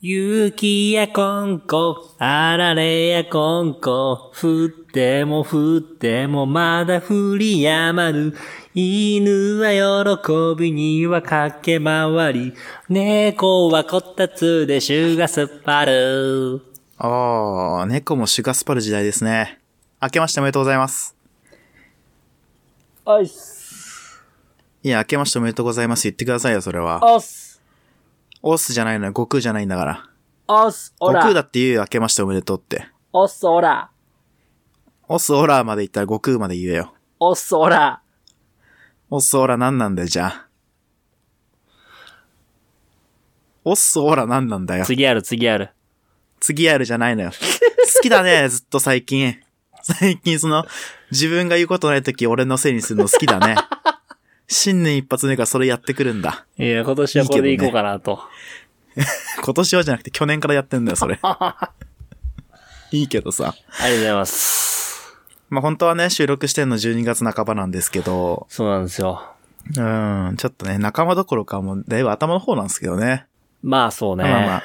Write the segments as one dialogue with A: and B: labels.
A: 雪やこんこ、あられやこんこ、降っても降ってもまだ降りやまぬ。犬は喜びには駆け回り、猫はこたつでシュガスっぱる。
B: ああ、猫もシュガスパル時代ですね。明けましておめでとうございます。
A: おいっす。
B: いや、明けましておめでとうございます。言ってくださいよ、それは。
A: おっす。
B: オースじゃないのよ、悟空じゃないんだから。
A: おっす。お
B: 悟空だ
A: ら。
B: って言うよ、明けましておめでとうって。
A: おっすおら。
B: オスオラーまで言ったら悟空まで言えよ。
A: おっすおら。
B: オスオラ何なんだよ、じゃあ。オスオラ何なんだよ。
A: 次ある次ある。
B: 次やるじゃないのよ。好きだね、ずっと最近。最近その、自分が言うことない時俺のせいにするの好きだね。新年一発目からそれやってくるんだ。
A: いや、今年はこれでいこうかなと。
B: 今年はじゃなくて去年からやってんだよ、それ。いいけどさ。
A: ありがとうございます。
B: まあ、本当はね、収録してんの12月半ばなんですけど、
A: そうなんですよ。
B: うん、ちょっとね、仲間どころかもう、だいぶ頭の方なんですけどね。
A: まあそうね。
B: まあまあ、ま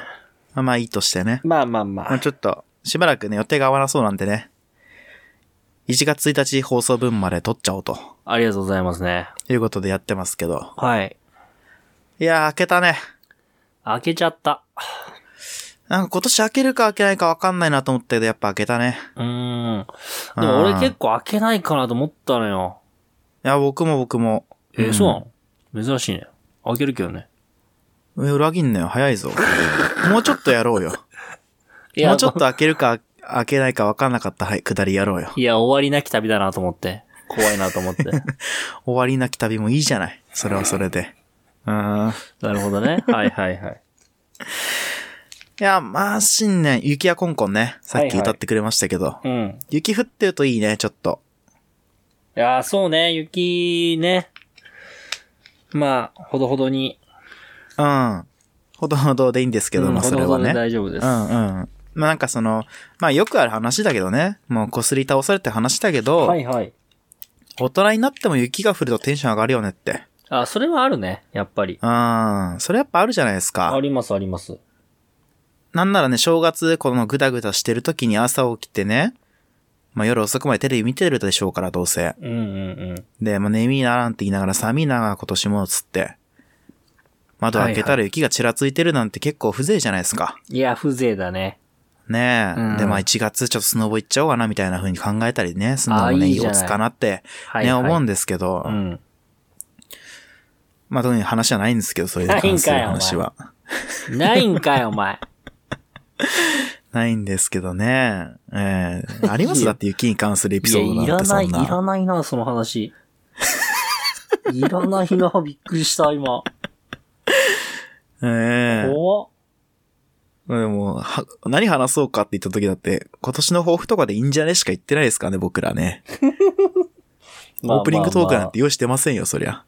B: あまあいいとしてね。
A: まあまあま
B: まあ、
A: あ。
B: ちょっと、しばらくね、予定が合わなそうなんでね。1月1日放送分まで撮っちゃおうと。
A: ありがとうございますね。
B: いうことでやってますけど。
A: はい。
B: いやー、開けたね。
A: 開けちゃった。
B: なんか今年開けるか開けないか分かんないなと思ったけど、やっぱ開けたね。
A: うーん。でも俺
B: うん
A: 結構開けないかなと思ったのよ。
B: いや、僕も僕も。
A: えー
B: うん
A: そうなの珍しいね。開けるけどね。
B: え裏切んなよ、早いぞ。もうちょっとやろうよ。
A: い
B: もうちょっと
A: ま
B: 開けるか開けないか分かんなかった、はい、下りやろうよ。
A: いや、終わりなき旅だなと思って。怖いなと思 って。
B: 終わりなき旅もいいじゃない。それはそれで。うん。
A: なるほどね。 はいはいはい。
B: いや、まあ、新年、雪やコンコンね。さっ
A: はい
B: き
A: はい
B: 歌ってくれましたけど。
A: うん。
B: 雪降ってるといいね、ちょっと。
A: いやー、そうね。雪ね。まあ、ほどほどに。
B: うん。ほどほどでいいんですけど、
A: うん
B: まあそれは
A: ほどほどで
B: ね。
A: 大丈夫で
B: うんうん。
A: す。
B: まあなんかその、まあよくある話だけどね。もう擦り倒されて話だけど、
A: はいはい。
B: 大人になっても雪が降るとテンション上がるよねって。
A: あ、それはあるね。やっぱり。
B: うん。それやっぱあるじゃないです
A: あ
B: か。
A: りますあります。
B: なんならね、正月このぐだぐだしてる時に朝起きてね、まあ夜遅くまでテレビ見てるでしょうから、どうせ。
A: うんうん
B: で、まあ眠いならんって言いながら寒いな今年もつって。窓開けたら雪がちらついてるなんて結構風情じゃないですか。
A: うん。いや、風情だね。
B: ねえ。
A: うん
B: で、まあ1月ちょっとスノボ行っちゃおうかなみたいな風に考えたりね、するのもね、
A: あいい
B: いい
A: じゃ
B: オ
A: ない
B: ツかなって
A: はい、
B: ね、
A: はい。
B: 思うんですけど、
A: うん。
B: まあ特に話はないんですけど、それに関する
A: ないんかい
B: 話は。
A: ないんかい、お前。
B: ないんですけどね。ええありま
A: い
B: す
A: や
B: だって雪に関するエピソード
A: い
B: な
A: や
B: ん
A: いら
B: て
A: な
B: そ
A: い、
B: ん
A: い
B: な。
A: らないな、その 話。いらないな、びっくりした、今。
B: ええ
A: 怖っ。
B: でもは、何話そうかって言った時だって、今年の抱負とかでいいんじゃねしか言ってないですからね、僕らね。
A: まあ
B: オープニングトークなんて
A: まあ
B: 用意してませんよ、そりゃ。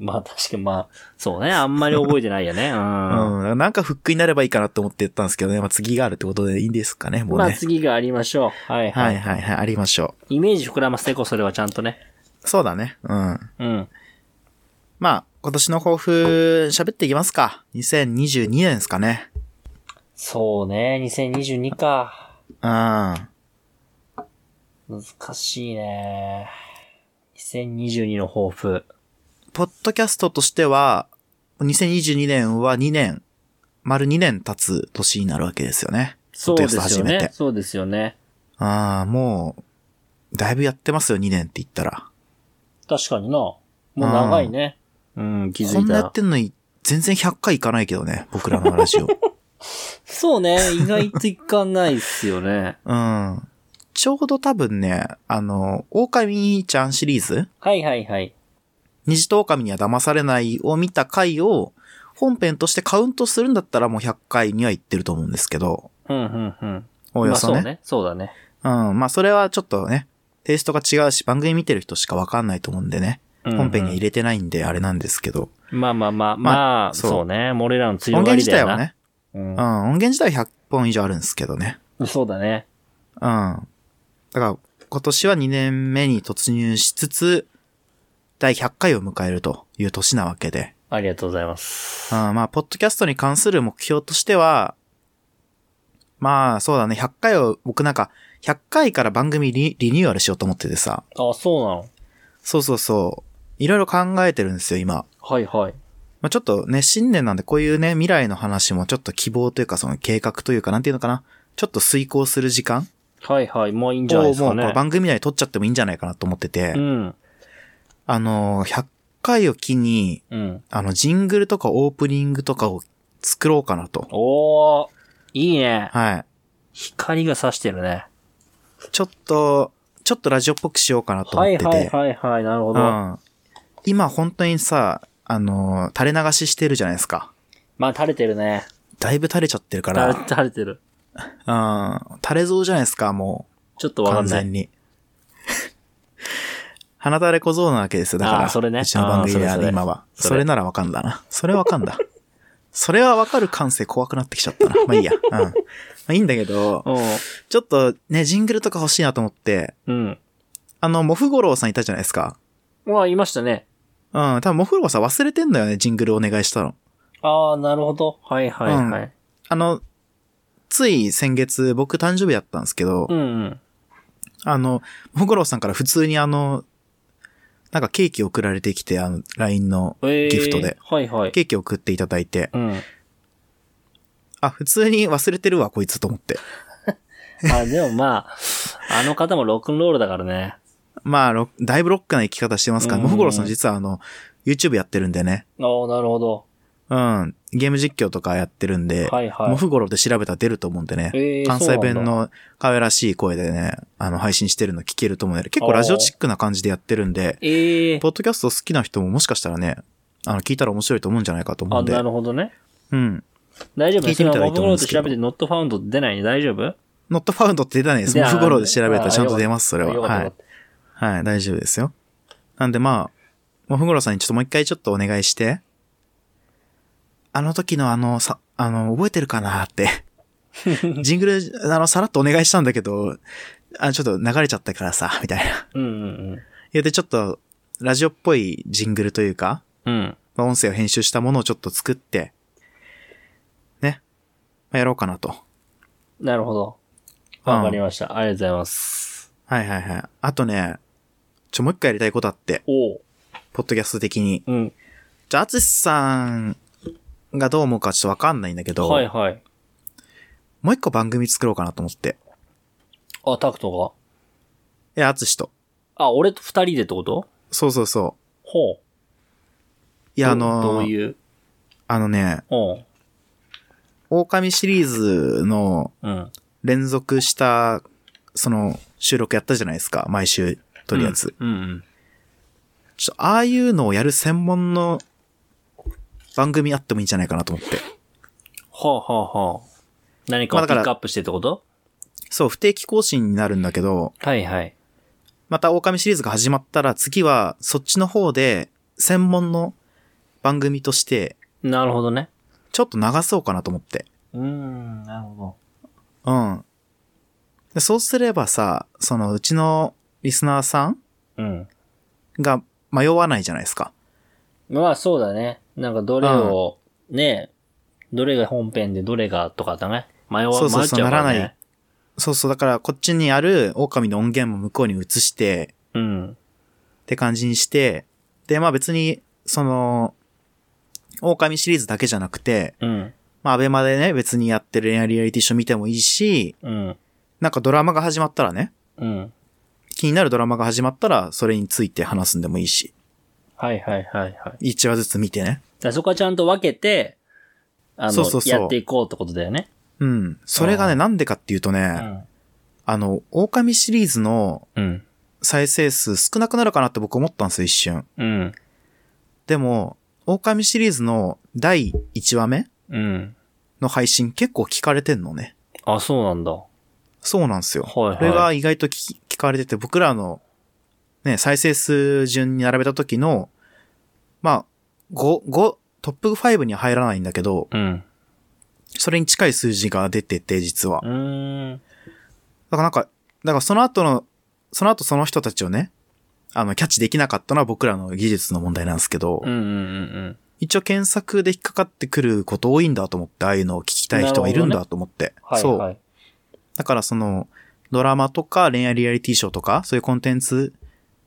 A: まあ、まあ確かに、まあ、そうね、あんまり覚えてないよね。うん。
B: うん。なんかフックになればいいかなと思ってやったんですけどね。まあ次があるってことでいいんですかね、もう
A: まあ、
B: ね。
A: 次がありましょう。はいは。
B: はいいはいはい、ありましょ
A: イメージ膨らませてこ、それはちゃんとね。
B: う。そうだね。うん。
A: うん。
B: まあ、今年の抱負、喋っていきますか。2022年ですかね。
A: そうね、2022か。
B: うん。難
A: 難しいね。2022の抱負。
B: ポッドキャストとしては、2022年は2年、丸2年経つ年になるわけですよね。
A: そうですよ
B: ポッドキャスト初め
A: ね
B: て。
A: そうですよね。
B: ああ、もう、だいぶやってますよ、2年って言ったら。
A: 確かにな。もう長いね。うん、気づ
B: こ
A: い
B: ん
A: た
B: なやっ
A: ら。
B: てんのに、全然100回いかないけどね、僕らのラ ジオ。
A: そうね、意外といかないっすよね。
B: うん。ちょうど多分ね、あの、狼ちゃんシリーズ
A: はいはいはい。
B: 虹と狼には騙されないを見た回を本編としてカウントするんだったらもう100回には行ってると思うんですけど、
A: うんうんうん。
B: おおよそ
A: まあそう
B: ね。
A: ね。そうだね。
B: うん。まあそれはちょっとね、テイストが違うし番組見てる人しかわかんないと思うんでね。
A: うんうん
B: 本編に入れてないんであれなんですけど。
A: まあまあまあ、
B: まあ
A: まあ、
B: そう
A: そうね。もう俺らの強
B: 音
A: がり
B: 源自
A: だよ
B: 体
A: な。
B: はね、うん、
A: ね。
B: 音源自体は100本以上あるんですけどね。
A: うん。そうだね。
B: うん。だから今年は2年目に突入しつつ、第100回を迎えるという年なわけで。
A: ありがとうございます。
B: うん、まあ、ポッドキャストに関する目標としては、まあ、そうだね、100回を、僕なんか、100回から番組リリニューアルしようと思っててさ、
A: あ、そうなの
B: そうそうそう、いろいろ考えてるんですよ、今。
A: はいはい。
B: まあ、ちょっとね、新年なんでこういうね、未来の話もちょっと希望というか、その計画というか、なんていうのかな、ちょっと遂行する時間
A: はいはい。もういいんじゃない
B: を
A: です
B: も
A: か
B: うこ
A: ね
B: れ。番組内に撮っちゃってもいいんじゃないかなと思ってて、
A: うん。
B: あのー、100回を機に、
A: うん。
B: あの、ジングルとかオープニングとかを作ろうかなと。
A: おー、いいね。
B: はい。
A: 光が差してるね。
B: ちょっと、ちょっとラジオっぽくしようかなと思
A: は
B: っ
A: い
B: てて。
A: はいはいはい。なるほど。
B: うん。今本当にさ、あのー、垂れ流ししてるじゃないですか。
A: まあ、垂れてるね。
B: だいぶ垂れちゃってるか
A: 垂れ
B: ら、
A: 垂れてる。
B: うん。垂れ像じゃないですか、も
A: ちょっと
B: う。
A: わか
B: 完
A: んない。
B: 全に。鼻垂れ小僧なわけですよ。だか
A: あー
B: ら、
A: それね
B: うちの番組で
A: あーそれ
B: は
A: それ
B: 今は。
A: それ
B: それならわかんだな。それわかんだ。それはわかる感性怖くなってきちゃったな。まあいいや。うん。まあいいんだけど、ちょっとね、ジングルとか欲しいなと思って、
A: うん。
B: あの、モフゴロウさんいたじゃないですか。
A: うん。まあ、いましたね。
B: うん、多分モフローさん忘れてんだよね、ジングルお願いしたの。
A: ああ、なるほど。はいはいはい。
B: あの、つい先月僕誕生日だったんですけど、
A: うん、うん。
B: あの、モフローさんから普通にあの、なんかケーキ送られてきて、あの、LINE の
A: えー
B: ギフトで。。
A: はいはい。
B: ケーキ送っていただいて、
A: うん。
B: あ、普通に忘れてるわ、こいつと思って。
A: あ、でもまあ、あの方もロックンロールだからね。
B: まあ、ロだいぶロックな生き方してますから、
A: うん
B: モフゴローさん実はあの、YouTube やってるんでね。
A: ああ、なるほど。
B: うん。ゲーム実況とかやってるんで、
A: はいはい
B: モフゴロウで調べたら出ると思うんでね。
A: えー
B: 関西弁
A: そうな
B: の可愛らしい声でね、あの、配信してるの聞けると思うんで、結構ラジオチックな感じでやってるんで、
A: ええ
B: ポッドキャスト好きな人ももしかしたらね、あの、聞いたら面白いと思うんじゃないかと思う
A: あ、
B: んで。
A: なるほどね。
B: うん。
A: 大丈
B: 聞
A: 夫
B: いてみたらいいと思うんで
A: そ
B: す
A: の
B: け
A: モブロード調べ
B: ど
A: てノットファウンド出ないね大丈夫
B: ノットファウンドって出たねです。
A: 出
B: モ
A: ない
B: フゴロウで調べたらちゃんと出ます、それは。
A: よかった
B: は
A: よ
B: い
A: か。っ
B: はい、大丈夫ですよ。なんでまあ、モフゴロウさんにちょっともう一回ちょっとお願いして、あの時のあの、さ、あの、覚えてるかなって。ジングル、あの、さらっとお願いしたんだけど、あ、ちょっと流れちゃったからさ、みたいな。
A: た。うんうん
B: 言ってちょっと、ラジオっぽいジングルというか、
A: うん。うん。
B: まあ、音声を編集したものをちょっと作って、ね。まあやろうかなと。
A: なるほど。
B: うん
A: わかりました。ありがとうございます。
B: はいはいはい。あとね、ちょ、もう一回やりたいことあって、
A: おう。
B: ポッドキャスト的に。
A: うん。
B: じゃあ、アツシさんがどう思うかちょっとわかんないんだけど、
A: はいはい。
B: もう一個番組作ろうかなと思って。
A: あ、タクト
B: いや、アツシと。
A: があ、俺と二人でってこと
B: そうそうそ
A: ほう。
B: う。いや、
A: ど
B: あの
A: う
B: ー
A: いう。
B: あのね、
A: うん。
B: 狼シリーズの
A: うん。
B: 連続した、その、収録やったじゃないですか。毎週、とりあえず。
A: うんうん。
B: ちょっと、ああいうのをやる専門の番組あってもいいんじゃないかなと思って。
A: はあはあはあ。何か
B: ま
A: を
B: あ
A: ピ
B: だから
A: ックアップしてってこと、
B: そう、不定期更新になるんだけど、
A: はいはい。
B: また狼シリーズが始まったら次はそっちの方で専門の番組として
A: なるほどね。
B: ちょっと流そうかなと思って。
A: うーん、なるほ
B: うん。でそうすればさ、そのうちのリスナーさん
A: ど。うん。
B: が迷わないじゃないですか。
A: まあそうだね。なんかどれを、ねどれが本編でどれがとかだね。迷わ、
B: そうそう
A: 迷っ
B: そう
A: ちゃうからね。
B: ならないそうそう、だからこっちにある狼の音源も向こうに移して
A: うん。
B: って感じにして、で、まあ別に、その、狼シリーズだけじゃなくて、
A: うん。
B: まあアベマでね、別にやってる恋愛リアリティショー見てもいいし、
A: うん。
B: なんかドラマが始まったらね、
A: うん。
B: 気になるドラマが始まったら、それについて話すんでもいいし、
A: はいはいはいはい。
B: 1話ずつ見てね。
A: だそこはちゃんと分けて、あの、
B: そうそうそう
A: やっていこうってことだよね。
B: うん。それが
A: あ
B: ね、なんでかっていうとね、
A: うん。
B: あの、狼シリーズの
A: うん。
B: 再生数少なくなるかなって僕思ったんですよ、一瞬。
A: うん。
B: でも、狼シリーズの第1話目
A: うん。
B: の配信結構聞かれてんのね。
A: あ、そうなんだ。は
B: そうなんですよ。
A: いはい。
B: これが意外と聞き聞かれてて、僕らの、ね、再生数順に並べた時の、まあ、5、5、トップ5には入らないんだけど、
A: うん。
B: それに近い数字が出てて、実は
A: う。ーん。
B: だからなんか、だからその後の、その後その人たちをね、あの、キャッチできなかったのは僕らの技術の問題なんですけど、
A: うんうんうんうん。
B: 一応検索で引っかかってくること多いんだと思って、ああいうのを聞きたい人がいるんだと思って。
A: はい、
B: そう。
A: はい。
B: だからその、ドラマとか恋愛リアリティショーとか、そういうコンテンツ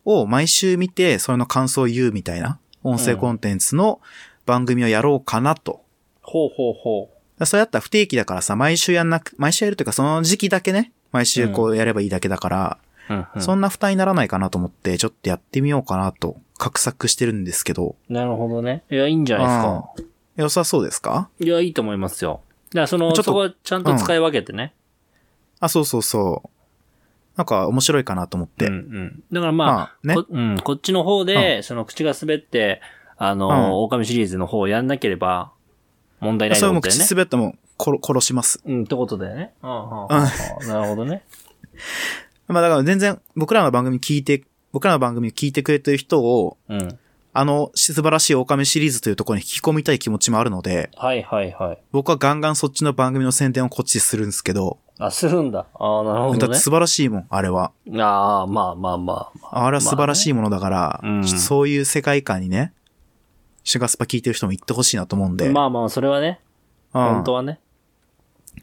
B: を毎週見て、それの感想を言うみたいな、音声コンテンツの番組をやろうかなと。
A: ほうほうほ
B: それだったら不定期だからさ、毎週やんなく、毎週やるというかその時期だけね、毎週こうやればいいだけだから、
A: う。うん、うん。
B: そんな負担にならないかなと思って、ちょっとやってみようかなと、画策してるんですけど。
A: なるほどね。いや、いいんじゃないですか。
B: うん良さそうですか
A: いや、いいと思いますよ。だからその、
B: ちょっと
A: そこはちゃんと使い分けてね。
B: あ、そうそうそう。なんか面白いかなと思って。
A: うんうん。だからまあ、
B: まあね
A: こうん、こっちの方で、その口が滑って、あの、
B: うん
A: 狼シリーズの方をやんなければ、問題ない
B: それ
A: の
B: も
A: だよ
B: 口
A: ね。
B: 滑っても殺殺します。
A: うん、ってことだよね。うんうんうんうんなるほどね。
B: まあだから全然僕らの番組聞いて、僕らの番組を聞いてくれてる人を、
A: うん。
B: あの素晴らしい狼シリーズというところに引き込みたい気持ちもあるので、
A: はいはいはい。
B: 僕はガンガンそっちの番組の宣伝をこっちでするんですけど、
A: あ、するんだ。ああ、なるほど
B: だって
A: ね。
B: 素晴らしいもん、あれは。
A: ああ、まあまあまあまあ。
B: あれは素晴らしいものだから、
A: まあね
B: ちょっとそういう世界観にね、シュガスパ聞いてる人も行ってほしいなと思うんで。
A: まあまあ、それはね、
B: うん
A: 本当はね。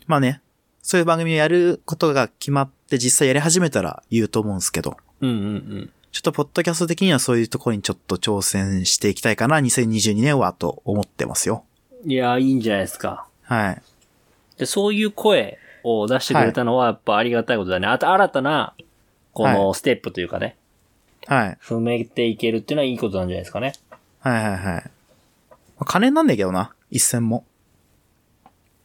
B: まあね、そういう番組をやることが決まって実際やり始めたら言うと思うんですけど、
A: うんうんうん。
B: ちょっとポッドキャスト的にはそういうところにちょっと挑戦していきたいかな、2022年はと思ってますよ。
A: いや、いいんじゃないですか。
B: はい。
A: で、そういう声を出してくれたのはやっぱありがたいことだね。あと新たな、このステップというかね、
B: はい。
A: 踏めていけるっていうのはいいことなんじゃないですかね。
B: はいはいはい。まあ金になんだけどな、一銭も。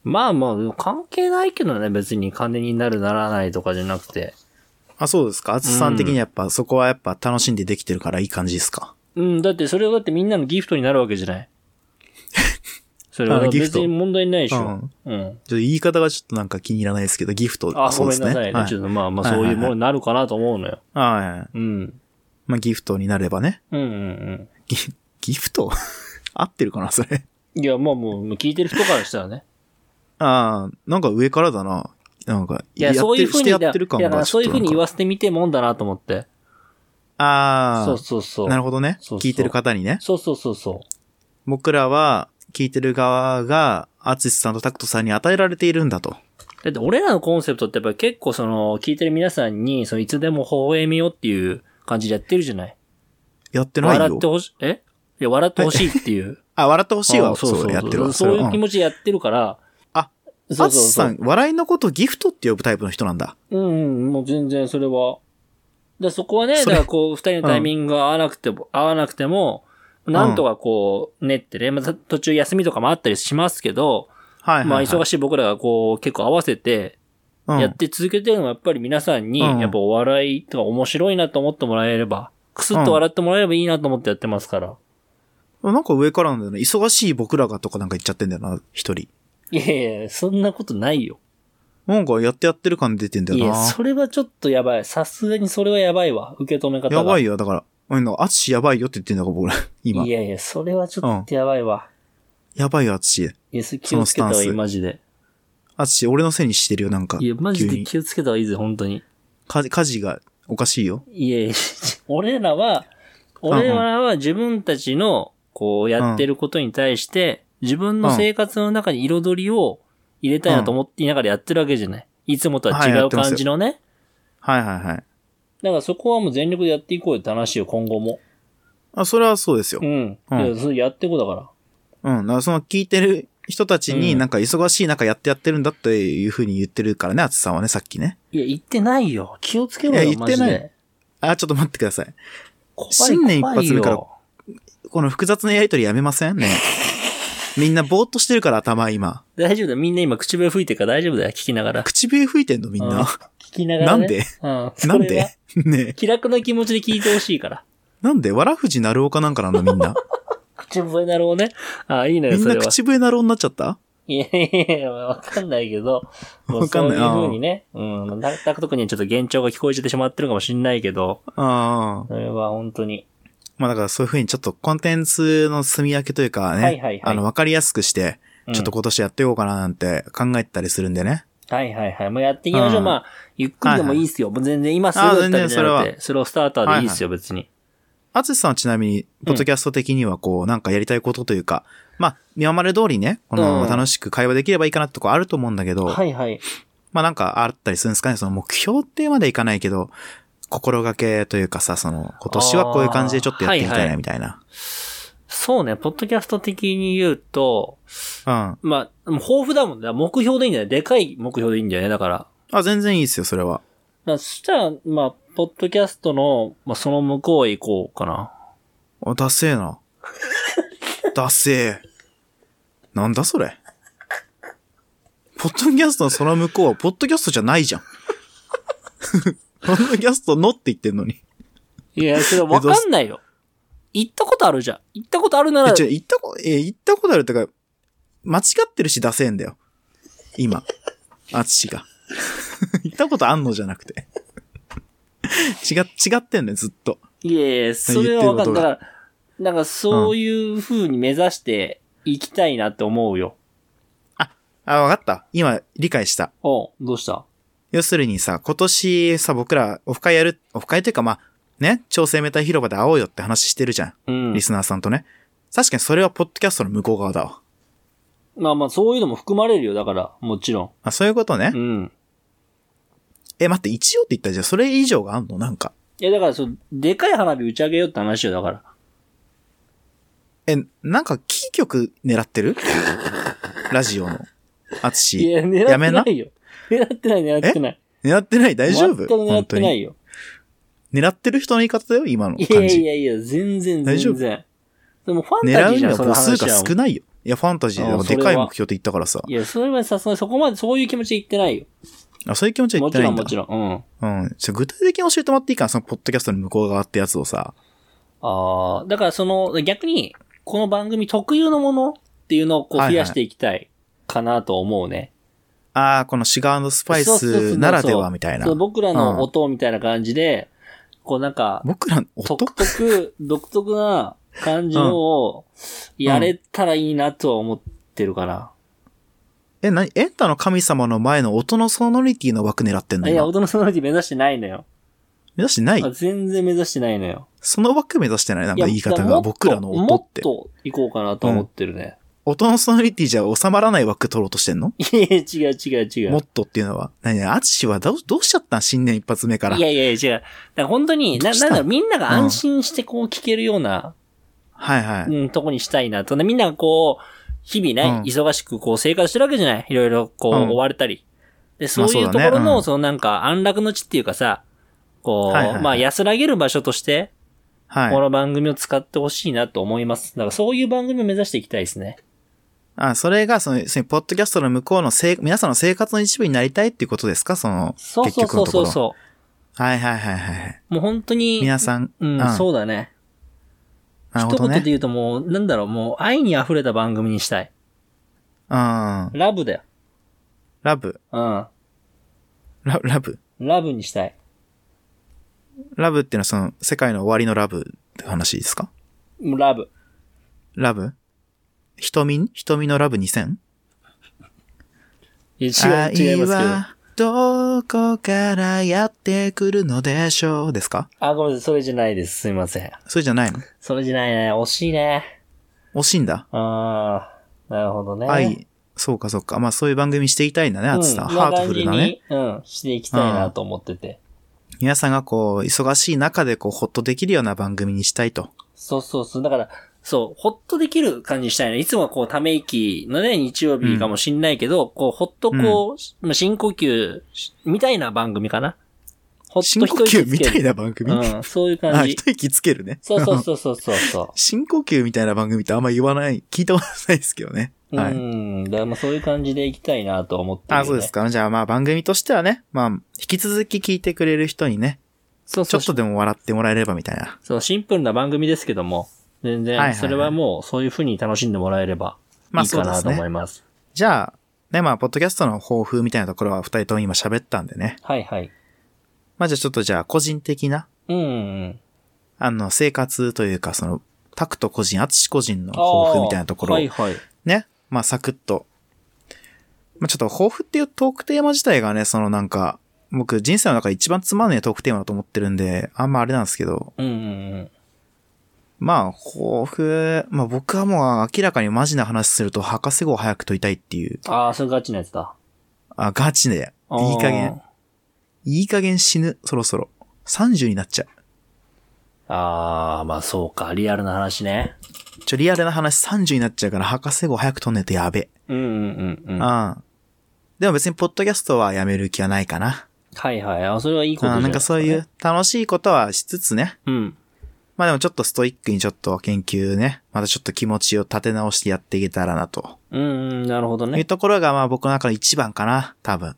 A: まあまあ、関係ないけどね、別に金になるならないとかじゃなくて。
B: あ、そうですかあつさん的にやっぱ、そこはやっぱ楽しんでできてるからいい感じですか
A: うん、だってそれはだってみんなのギフトになるわけじゃ ない。それ
B: あ
A: は
B: ギフ
A: 別
B: ト
A: に問題ないでし
B: う
A: ょ
B: ん。
A: うん。
B: ちょっと言い方がちょっとなんか気に入らないですけど、ギフト。
A: あ、
B: そ
A: ご
B: うで
A: め
B: す
A: んなさいね。
B: はい
A: ちょっとまあまあ
B: はい
A: そう
B: は
A: い
B: い
A: う
B: はい
A: ものになるかなと思うのよ。
B: はい。
A: うん。
B: まあギフトになればね。
A: うんうんう
B: ギギフト 合ってるかなそれ。
A: ん。いや、まあもう聞いてる人からしたらね。
B: ああ、なんか上からだな。なんか、
A: いや、
B: って
A: そういうふう
B: し
A: に、
B: てや
A: だ
B: っ
A: だ
B: てる
A: か
B: 感が
A: らそういうふうに言
B: わ
A: わせてみてもんだなと思って。
B: ああ、
A: そうそうそう。
B: なるほどね
A: そうそう
B: 聞いてる方にね。
A: そうそうそうそう。
B: 僕らは、聞いてる側が、アツシさんとタクトさんに与えられているんだと。
A: だって俺らのコンセプトってやっぱり結構その、聞いてる皆さんに、そのいつでも微笑みよっていう感じでやってるじゃない
B: やってないよ。
A: 笑ってほし、えいや、笑ってほしいって いう。
B: あ、笑ってほしい
A: うん
B: わ。
A: そ
B: そうう
A: そうそう
B: やってるわ。
A: そう
B: れ
A: いう
B: は
A: 気持ちでやってるから。
B: あ、
A: そう
B: うん
A: そう
B: アツシ
A: そ
B: さ、。
A: うん
B: 笑いのことをギフトって呼ぶタイプの人なんだ。
A: うんうん、もう全然それは。だからそこはね、だ
B: そ
A: か
B: れ
A: らこう、二人のタイミングが合わなくても、合わなくても、なんとかこう、練ってね、また途中休みとかもあったりしますけど、
B: はいはい、はい。
A: まあ忙
B: しい。
A: しい僕らがこう、結構合わせて、
B: うん、
A: やって続けてるのはやっぱり皆さんに、
B: うん
A: やっぱお笑いとか面白いなと思ってもらえれば、くすっと笑ってもらえればいいなと思ってやってますから。
B: なんか上からなんだよね。忙しい僕らがとかなんか言っちゃってんだよな、一人。
A: いやいや、そんなことないよ。
B: なんかやってやってる感出てんだ
A: い
B: よ
A: や、
B: な。
A: それはちょっとやばい。さすがにそれはやばいわ。受け止め方が。
B: やばい
A: よ。
B: よ、だから。うん、アツシやばいよって言ってんだから、僕ら。今
A: い。やいや、それはちょっとやばいわ。
B: やばいよ、アツシ。
A: いや、それ気をつけた方がいい、
B: そのスタンス
A: マジで。
B: アツシ、俺のせいにしてるよ、なんか。
A: いや、マジ
B: 急
A: で
B: に
A: 気をつけた方がいいぜ、本当に。
B: か家事がおかしいよ。
A: いやいや、 俺らは、俺らは自分たちの、こう、やってることに対して、自分の生活の中に彩りを入れたいなと思っていながらやってるわけじゃない。いつもとは違
B: はいや
A: う
B: ってますよ
A: 感じのね。
B: はいはいはい。
A: だからそこはもう全力でやっていこうよって話よ、今後も。
B: あ、それはそうですよ
A: う。ん。
B: うん
A: いや、それやっていこうだから。
B: うん。だからその聞いてる人たち
A: う
B: に
A: ん
B: なんか忙しい中やってやってるんだっていうふうに言ってるからね、アツさんはね、さっきね。
A: いや、言ってないよ。気をつけろ
B: い
A: よ、
B: や言
A: マ
B: って
A: ジ
B: ない
A: で。
B: あ、ちょっと待ってください。
A: 怖い
B: 新年一
A: 怖い
B: 発目から
A: よ
B: この複雑なやりとりやめませ んね。みんなぼーっとしてるから頭今。
A: 大丈夫だよ。みんな今口笛吹いてるから大丈夫だよ。聞きながら。
B: 口笛吹いてんのみん
A: うん
B: な。
A: 聞きながら、ね。
B: なんで
A: うん。
B: なん
A: それは
B: で ねえ
A: 気楽な気持ちで聞いてほしいから。
B: なんでわらふじなるおかなんかなのみんな。
A: 口笛なろうね。ああ、いいのよ、
B: みん
A: それ
B: な
A: は。
B: 口笛なるおになっちゃった
A: いやいやいや、わかんないけ ど。もう
B: わかんない
A: そういう風にね。うん。だタクト君にはちょっと幻聴が聞こえてしまってるかもしんないけど、
B: ああ。
A: それは本当に。
B: まあだからそういうふうにちょっとコンテンツの積み分けというかね。
A: はいはいはい
B: あの、わかりやすくして、
A: うん
B: ちょっと今年やっていこうかななんて考えてたりするんでね。
A: はいはいはい。もうやっていきましょう。
B: うん
A: まあ、ゆっくりでもいいっすよ。もう全然今すぐ
B: あ
A: だ
B: ー
A: ったらじゃ
B: 全然
A: なくて、それをスターターでいいっすよ、別に。
B: あつしさんはちなみに、ポッドキャスト的にはこう、なんかやりたいことというか、まあ、今まで通りね、こ
A: うん
B: の、楽しく会話できればいいかなってとこあると思うんだけど、
A: はいはい。
B: まあなんかあったりするんですかね、その目標ってまでいかないけど、心がけというかさ、その、今年はこういう感じでちょっとやってみ
A: あ
B: たい
A: ーはいは
B: ないみたいな。
A: そうね、ポッドキャスト的に言うと、
B: うん。
A: まあ、もう豊富だもんね。目標でいいんだよね。でかい目標でいいんだよね。だから。
B: あ、全然いいですよ、それは。
A: まあ、そしたら、まあ、ポッドキャストの、まあ、その向こうへ行こうかな。
B: あ、ダセ えな。ダセえ。なんだそれ。ポッドキャストのその向こうは、ポッドキャストじゃないじゃん。 ポッドキャストのって言ってんのに。
A: いや、それわかんないよ。行ったことあるじゃん。行ったことあるな
B: え、
A: ら、
B: ちょ、言ったこと、え、言ったことあるってか、間違ってるしダセえんだよ。今。 あつしが。 言ったことあんのじゃなくて。違、違ってんのよ、ずっと。
A: いやいや、それはわかん
B: 言ってることが
A: だから、なんかそういう風に目指して行きたいなって思うよ。
B: あ、わかった。今、理解した。
A: おうどうした
B: 要するにさ、今年さ、僕らオフ会やる、オフ会というかまあ、ね、調整メタ広場で会おうよって話してるじゃ。
A: うんん
B: リ。スナーさんとね。確かにそれはポッドキャストの向こう側だわ。
A: まあまあ、そういうのも含まれるよ。だから、もちろ
B: あ、そういうことね。
A: ん。うん。
B: え、待って、一応って言ったらじゃあそれ以上があんのなんか。
A: いや、だから、そう、でかい花火打ち上げようって話よ。だから。
B: え、なんかキー局狙っ てるラジオの。あつ
A: い
B: し。
A: や、狙
B: や
A: っ
B: め
A: て
B: な
A: ないよ。狙ってない、狙ってない。
B: 狙ってない大丈夫
A: 全く狙
B: 本
A: っ
B: 当
A: てない
B: に。
A: よ。
B: 狙ってる人の言い方だよ今の
A: いや
B: 感
A: い
B: じ。
A: やいや、全然、
B: 大丈
A: 全
B: 夫
A: 然。でも、ファンタジ
B: 狙
A: ー
B: う
A: じ
B: に
A: ゃん、
B: は
A: その
B: 母数
A: 話
B: が
A: は。
B: 少ないよ。いや、ファンタジ
A: あ
B: ー
A: それは
B: ででかい目標って言ったからさ
A: い。や、それはさすがにそこまで、そういう気持ちで言ってないよ。
B: あ、そういう気持ちは言
A: も
B: って
A: ち
B: な
A: ろ
B: い
A: ん、
B: んだ
A: も。ちろん。うん。
B: うん。ちょ、具体的に教えてもらっていいかなその、ポッドキャストの向こう側ってやつをさ。
A: ああ、だからその、逆に、この番組特有のものっていうのをこう
B: はいは
A: 増
B: い
A: やしていきたいかなと思うね。
B: ああ、このシガースパイ
A: そうそうそうそ
B: ス
A: う
B: ならではみたいな
A: その。僕ら
B: うん
A: の音みたいな感じで、こうなんか、
B: 僕らの音
A: 独特、独特な感じのをやれたらいいなとは思ってるかな。
B: え、何エンタの神様の前の音のソノリティの枠狙ってんの
A: いや、
B: 今
A: 音のソノリティ目指してないのよ。
B: 目指してない
A: あ全然目指してないのよ。
B: その枠目指してないなんか言い
A: やだ
B: 方
A: らも
B: が
A: っと
B: 僕らの音って。
A: もっと行こうかなと思ってるね。
B: 音のソノリティじゃ収まらない枠取ろうとしてんの
A: いやいや、違う違う違う。
B: もっとっていうのは。何々アツシはどうどうしちゃったん新年一発目から
A: い。やいやいや、違う。だから本当に、
B: ど
A: な、
B: うし
A: な
B: た
A: んだろう、みんなが安心してこう聞けるような、
B: はいは
A: う
B: い。
A: ん、とこにしたいなと。ねみんながこう、日々ね、
B: うん
A: 忙しくこう生活してるわけじゃないいろいろこう、
B: うん
A: 追われたり。で、そういう
B: まあそうだ
A: とこ
B: ね
A: ろの、
B: うん
A: そのなんか安楽の地っていうかさ、こう、
B: はいはいはい
A: まあ安らげる場所として、こ
B: はい。
A: の番組を使ってほしいなと思います。だからそういう番組を目指していきたいですね。
B: あ、それが、その、そのポッドキャストの向こうのせい、皆さんの生活の一部になりたいっていうことですかその、
A: そう
B: 結
A: そう
B: 局
A: そ
B: の
A: う
B: とこ
A: そう
B: ろ。
A: そ
B: はいはいはいはい。
A: う。もう本当に、
B: 皆さん、
A: うん、そうだね。
B: なるほ
A: 一
B: ど
A: 言で
B: ね。
A: 言うともう、なんだろう、もう愛に溢れた番組にしたい。
B: うん。ラ
A: ラブだよ。
B: ブ。
A: うん。
B: ララブ。
A: ラブにしたい。
B: ラブっていうのはその、世界の終わりのラブって話ですか
A: もうラブ。
B: ラブ瞳瞳のラブ 2000?
A: いや違う、違いますけど。
B: どこからやってくるのでしょうですか
A: あ、ごめんなさい、それじゃないです。すいません。
B: それじゃないの
A: それじゃないね。惜しいね。
B: 惜しいんだ。
A: あー、なるほどね。
B: 愛。そうかそうか。まあそういう番組していたいんだね、あつさん。ハートフルなね。。
A: うんな感じに、うん、していきたいなと思ってて。
B: 皆さんがこう、忙しい中でこう、ほっとできるような番組にしたいと。
A: そうそうそう。だから、そう、ほっとできる感じにしたいね。いつもはこう、ため息のね、日曜日かもしんないけど、こう、ほっとこう、まあ深呼吸し、みたいな番組かな。ほっ
B: 深
A: と
B: 呼
A: 一息
B: 吸
A: つ
B: み
A: け
B: たい
A: る。
B: な番組、
A: うん、そういう
B: あ、
A: 感じ。
B: 一息つけるね。
A: そうそうそうそうそうそう。
B: 深呼吸みたいな番組ってあんま言わない、聞いたことないですけどね。は
A: う
B: い。
A: ん。だからまあそういう感じで行きたいなと思ってるよね、
B: あ、そうですか。じゃあまあ番組としてはね、まあ、引き続き聞いてくれる人にね、
A: そう
B: ち
A: そう。
B: ょっとでも笑ってもらえればみたいな。
A: そう、シンプルな番組ですけども、全
B: はいはい
A: 然、
B: はい
A: それはもうそういう風に楽しんでもらえれば
B: まあ
A: いいかなと
B: そうです
A: 思い
B: ね。
A: ます。
B: じゃあ、ね、まあ、ポッドキャストの抱負みたいなところは二人とも今喋ったんでね。
A: はいはい。
B: まあじゃあちょっとじゃあ個人的な、
A: うんうん。
B: あの、生活というか、その、タクト個人、アツシ個人の抱負みたいなところを
A: あーはいはい。
B: ね、まあサクッと。まあちょっと抱負っていうトークテーマ自体がね、そのなんか、僕人生の中で一番つまんねえトークテーマだと思ってるんで、あんまあれなんですけど、
A: うんうんうん。
B: まあ、抱負、まあ僕はもう明らかにマジな話すると博士号を早く解いたいっていう。
A: ああ、それガチなやつだ。
B: あ、ガチで。いい加減。いい加減死ぬ、そろそろ。30になっちゃう。
A: ああ、まあそうか。リアルな話ね。
B: ちょ、リアルな話30になっちゃうから博士号早く取んないとやべ。
A: うんうんうんう。
B: うんん。でも別にポッドキャストはやめる気はないかな。
A: はいはい。あそれはいいことじゃ
B: うん、
A: な
B: ないん
A: で
B: か
A: すか
B: そう
A: ね
B: いう。楽しいことはしつつね。
A: うん。
B: まあでもちょっとストイックにちょっと研究ね、またちょっと気持ちを立て直してやっていけたらなと。
A: うん、うん、なるほど
B: いう
A: ね。
B: ところがまあ僕の中の一番かな、多分。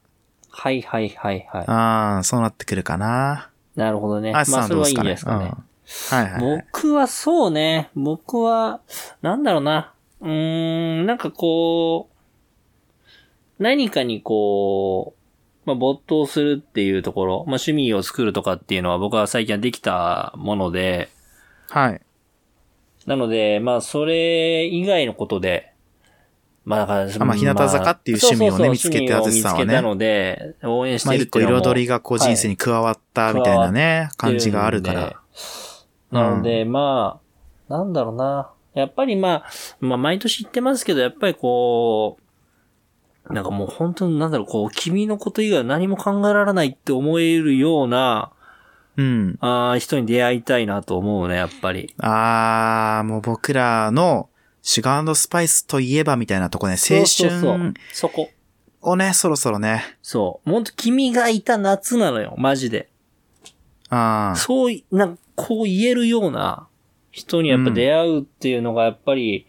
A: はいはいはいはい。
B: ああ、そうなってくるかな。
A: なるほどね。ま
B: あ
A: あ
B: やさん
A: それ
B: どう
A: は
B: で
A: いい
B: す
A: んじゃ
B: か
A: ない
B: ね。
A: ですかね。
B: うんはいはいはい。
A: 僕はそうね。僕は、なんだろうな。うーん、なんかこう、何かにこう、まあ、没頭するっていうところ、まあ、趣味を作るとかっていうのは僕は最近はできたもので、
B: はい。
A: なので、まあ、それ以外のことで、まあ、だから、
B: あまあ日向坂っていう趣味
A: そうそう
B: をね
A: そう
B: 見つけて
A: 趣味を
B: 淳さんはね
A: 見つけたので、応援し
B: まあ
A: てるっ
B: 一
A: て
B: 個
A: いうのも
B: 彩りがこう人生に加わったみたいなね、感じがあるか
A: って
B: ら。
A: いうのでなので、まあ、なんだろうな。やっぱりまあ、まあ毎年言ってますけど、やっぱりこう、なんかもう本当になんだろう、こう、君のこと以外は何も考えられないって思えるような、
B: うん。
A: あー人に出会いたいなと思うね、やっぱり。
B: ああ、もう僕らのシュガースパイスといえばみたいなとこね、青
A: そうそうそう
B: 春
A: そこ。
B: をね、そろそろね。
A: そう。ほんと君がいた夏なのよ、マジで。
B: ああ。
A: そうい、なんかこう言えるような人にやっぱ出会うっていうのがやっぱり、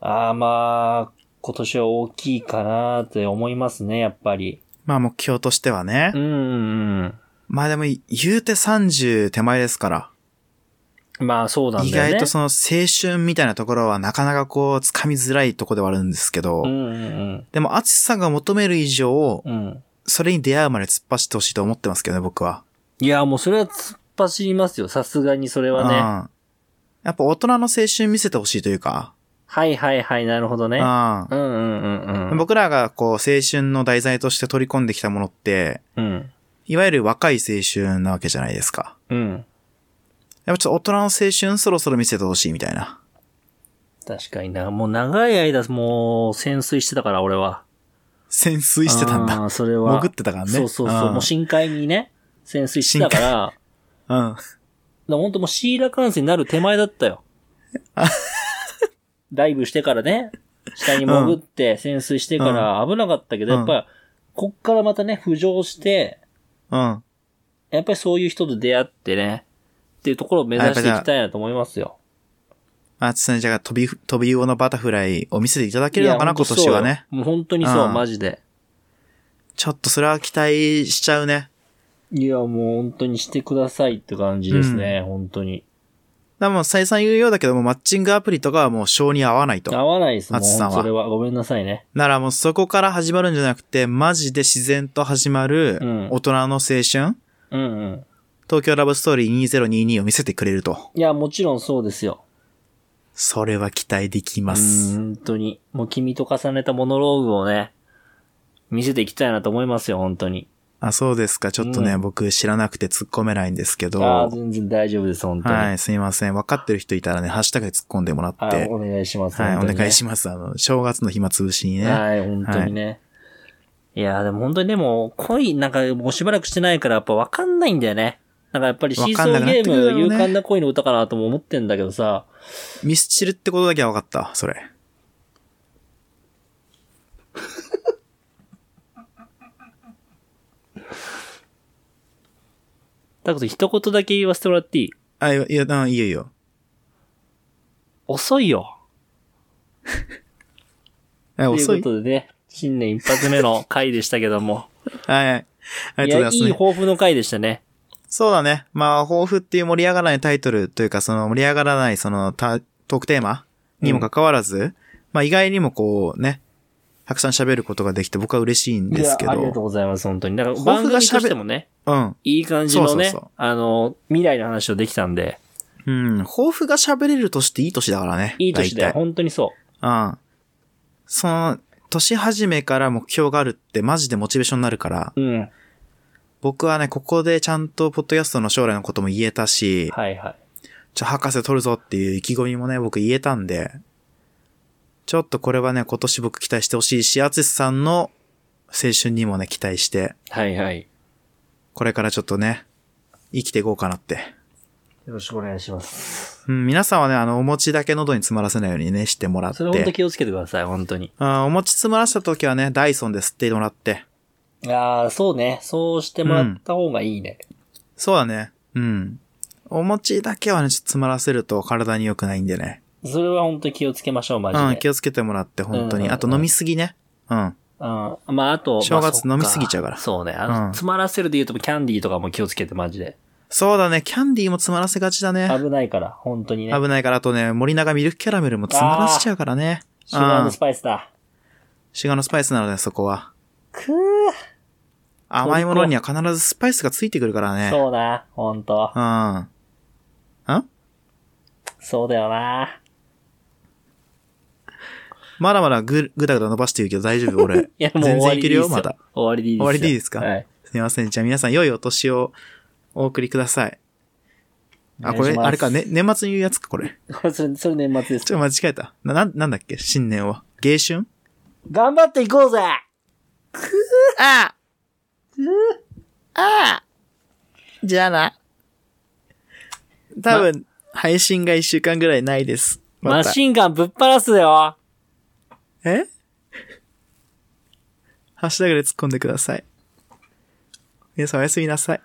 A: ああまあ、今年は大きいかなって思いますね、やっぱり。
B: まあ目標としてはね
A: う。んうん
B: まあでも言うて30手前ですから。
A: うん。まあそうなん
B: 意
A: だよね。
B: 外とその青春みたいなところはなかなかこう掴みづらいとこではあるんですけど、
A: うんうん
B: でも淳さんが求める以上、
A: うん。うん。
B: それに出会うまで突っ走ってほしいと思ってますけどね、僕は。
A: いや、もうそれは突っ走りますよ、さすがにそれ
B: う
A: は
B: ん
A: ね。
B: やっぱ大人の青春見せてほしいというか、
A: はいはいはい、なるほどね。
B: う
A: うんうんうんうんん。
B: 僕らがこう青春の題材として取り込んできたものって、
A: うん。
B: いわゆる若い青春なわけじゃないですか。
A: うん。
B: やっぱちょっと大人の青春そろそろ見せてほしいみたいな。
A: 確かにな。もう長い間、もう潜水してたから、俺は。
B: 潜水してたんだ。
A: あーそれは。
B: 潜ってたからね。
A: そうそうそう。
B: ん
A: もう深海にね、潜水してたから、だか
B: うん。
A: らほんともうシーラカンスになる手前だったよ。ダイブしてからね、下に潜って潜水してから危なかったけど、
B: うん
A: やっぱ、こっからまたね、浮上して、
B: うん。
A: やっぱりそういう人と出会ってね、っていうところを目指していきたいなと思いますよ。
B: あつさんじゃあ飛び、飛び魚のバタフライを見せていただけるのかな、
A: いや
B: 今年はね。。
A: ほんとそうよもう本当にそう、
B: うん
A: マジで。
B: ちょっとそれは期待しちゃうね。
A: いや、もう本当にしてくださいって感じですね、本当に。
B: でも、再三言うようだけども、マッチングアプリとかはもう性に合わない
A: 合
B: と。
A: わないですもん、
B: 淳さんは
A: それは。ごめんなさいね。
B: ならもうそこから始まるんじゃなくて、マジで自然と始まる
A: うん、
B: 大人の青春、
A: うんうん。
B: 東京ラブストーリー2022を見せてくれると。
A: いや、もちろんそうですよ。
B: それは期待でき
A: う
B: ます。
A: ーん本当に。もう君と重ねたモノローグをね、見せていきたいなと思いますよ、本当に。
B: あ、そうですか。ちょっとね、
A: うん
B: 僕知らなくて突っ込めないんですけど。
A: ああ、
B: は、
A: 全然大丈夫です、本当に。はい
B: すいません。分かってる人いたらね、ハッシュタグで突っ込んでもらって。
A: い、お願いします。
B: はい、お願いし
A: ま
B: ます。あの、正月の暇つぶしにね。
A: はい、本当にね。い、やーでも本当にでも、恋、なんかもうしばらくしてないからやっぱわかんないんだよね。なんかやっぱりシーソ
B: わかんな
A: ー
B: くなっ
A: ゲ
B: てくるよ
A: ー
B: ね
A: ム、勇敢な恋の歌かなとも思ってんだけどさ。
B: ミスチルってことだけは分かった、それ。
A: だけど一言だけ言わせてもらっていい
B: あ、いや、いや、うんいいよいいよ。
A: 遅いよ。
B: え、遅
A: とい。
B: いう
A: ことでね、新年一発目の回でしたけども。
B: はいはい。あ
A: い
B: りがとう
A: や、
B: ご
A: い
B: ざい
A: い
B: ます、ね。
A: 抱負の回でしたね。
B: そうだね。まあ、抱負っていう盛り上がらないタイトルというか、その盛り上がらない、その、た、トークテーマにもかかわらず、まあ、意外にもこう、ね、たくさん喋ることができて、僕は嬉しいんですけ
A: いやありがとう
B: ど。
A: ございます、本当に。だから
B: 抱
A: 番
B: 負
A: 組
B: が
A: と
B: 喋
A: してもね、
B: うん。
A: いい感じのね、
B: そうそうそう
A: あの、未来の話をできたんで、
B: うん。抱負が喋れる年っていい年だからね。
A: いい年だよ、
B: 大体
A: 本当にそ
B: うん。その、年始めから目標があるってマジでモチベーションになるから、
A: う。うん。
B: 僕はね、ここでちゃんとポッドキャストの将来のことも言えたし、
A: はいはい。
B: ちょ、博士取るぞっていう意気込みもね、僕言えたんで、ちょっとこれはね、今年僕期待してほしいし、アツシさんの青春にもね、期待して、
A: はいはい。
B: これからちょっとね、生きていこうかなって。
A: よろしくお願いします。
B: うん、皆さんはね、あの、お餅だけ喉に詰まらせないようにね、してもらって。
A: それ本当気をつけてください、本当に。
B: うん、お餅詰まらせた時はね、ダイソンで吸ってもらって。
A: ああ、そうね。そうしてもらった方がいいね。
B: そうだね。うん。お餅だけはね、ちょっと詰まらせると体に良くないんでね。
A: それは本当に気をつけましょう、マジで。
B: うん、気をつけてもらって、本当
A: うんうんう
B: に。
A: ん
B: あと飲みすぎね。うん。
A: あーまあ、あと、
B: 正月
A: まあ
B: 飲みすぎちゃうから
A: そっそうね。あの、
B: うん
A: 詰まらせるで言うと、キャンディーとかも気をつけて、マジで。
B: そうだね、キャンディーも詰まらせがちだね。
A: 危ないから、本当にね。
B: 危ないから、あとね、森永ミルクキャラメルも詰まらせちゃうからね。
A: シュガー
B: う
A: の
B: ん
A: スパイスだ。
B: シュガーのスパイスなので、そこは。
A: く
B: 甘いものには必ずスパイスがついてくるから
A: ー。
B: ね。う。
A: そうな、本当
B: ん。ん
A: そうだよな。
B: まだまだぐ、ぐだぐだ伸ばしてるけど大丈 夫、俺。
A: いや、もう
B: 全
A: 終わ
B: 然
A: り
B: い
A: でい
B: け
A: いです
B: るよ、
A: よ。
B: まだ。
A: 終わりでいいですよ。
B: 終わりでいいですか
A: はい。
B: すみません。じゃあ皆さん、良いお年をお送りください。あ、こ
A: お願い
B: れ、
A: します
B: あれか、ね、年末に言うやつか、これ。
A: それ、それ年末です
B: ち。ょ、間違えた。な、なんなんだっけ新年は。芸春
A: 頑張っていこうぜ
B: あああじゃあな。多分、配信が一週間ぐらいないです。
A: マ
B: また。
A: シンガンぶっ放すよ
B: え ハッシュタグで突っ込んでください。皆さんおやすみなさい。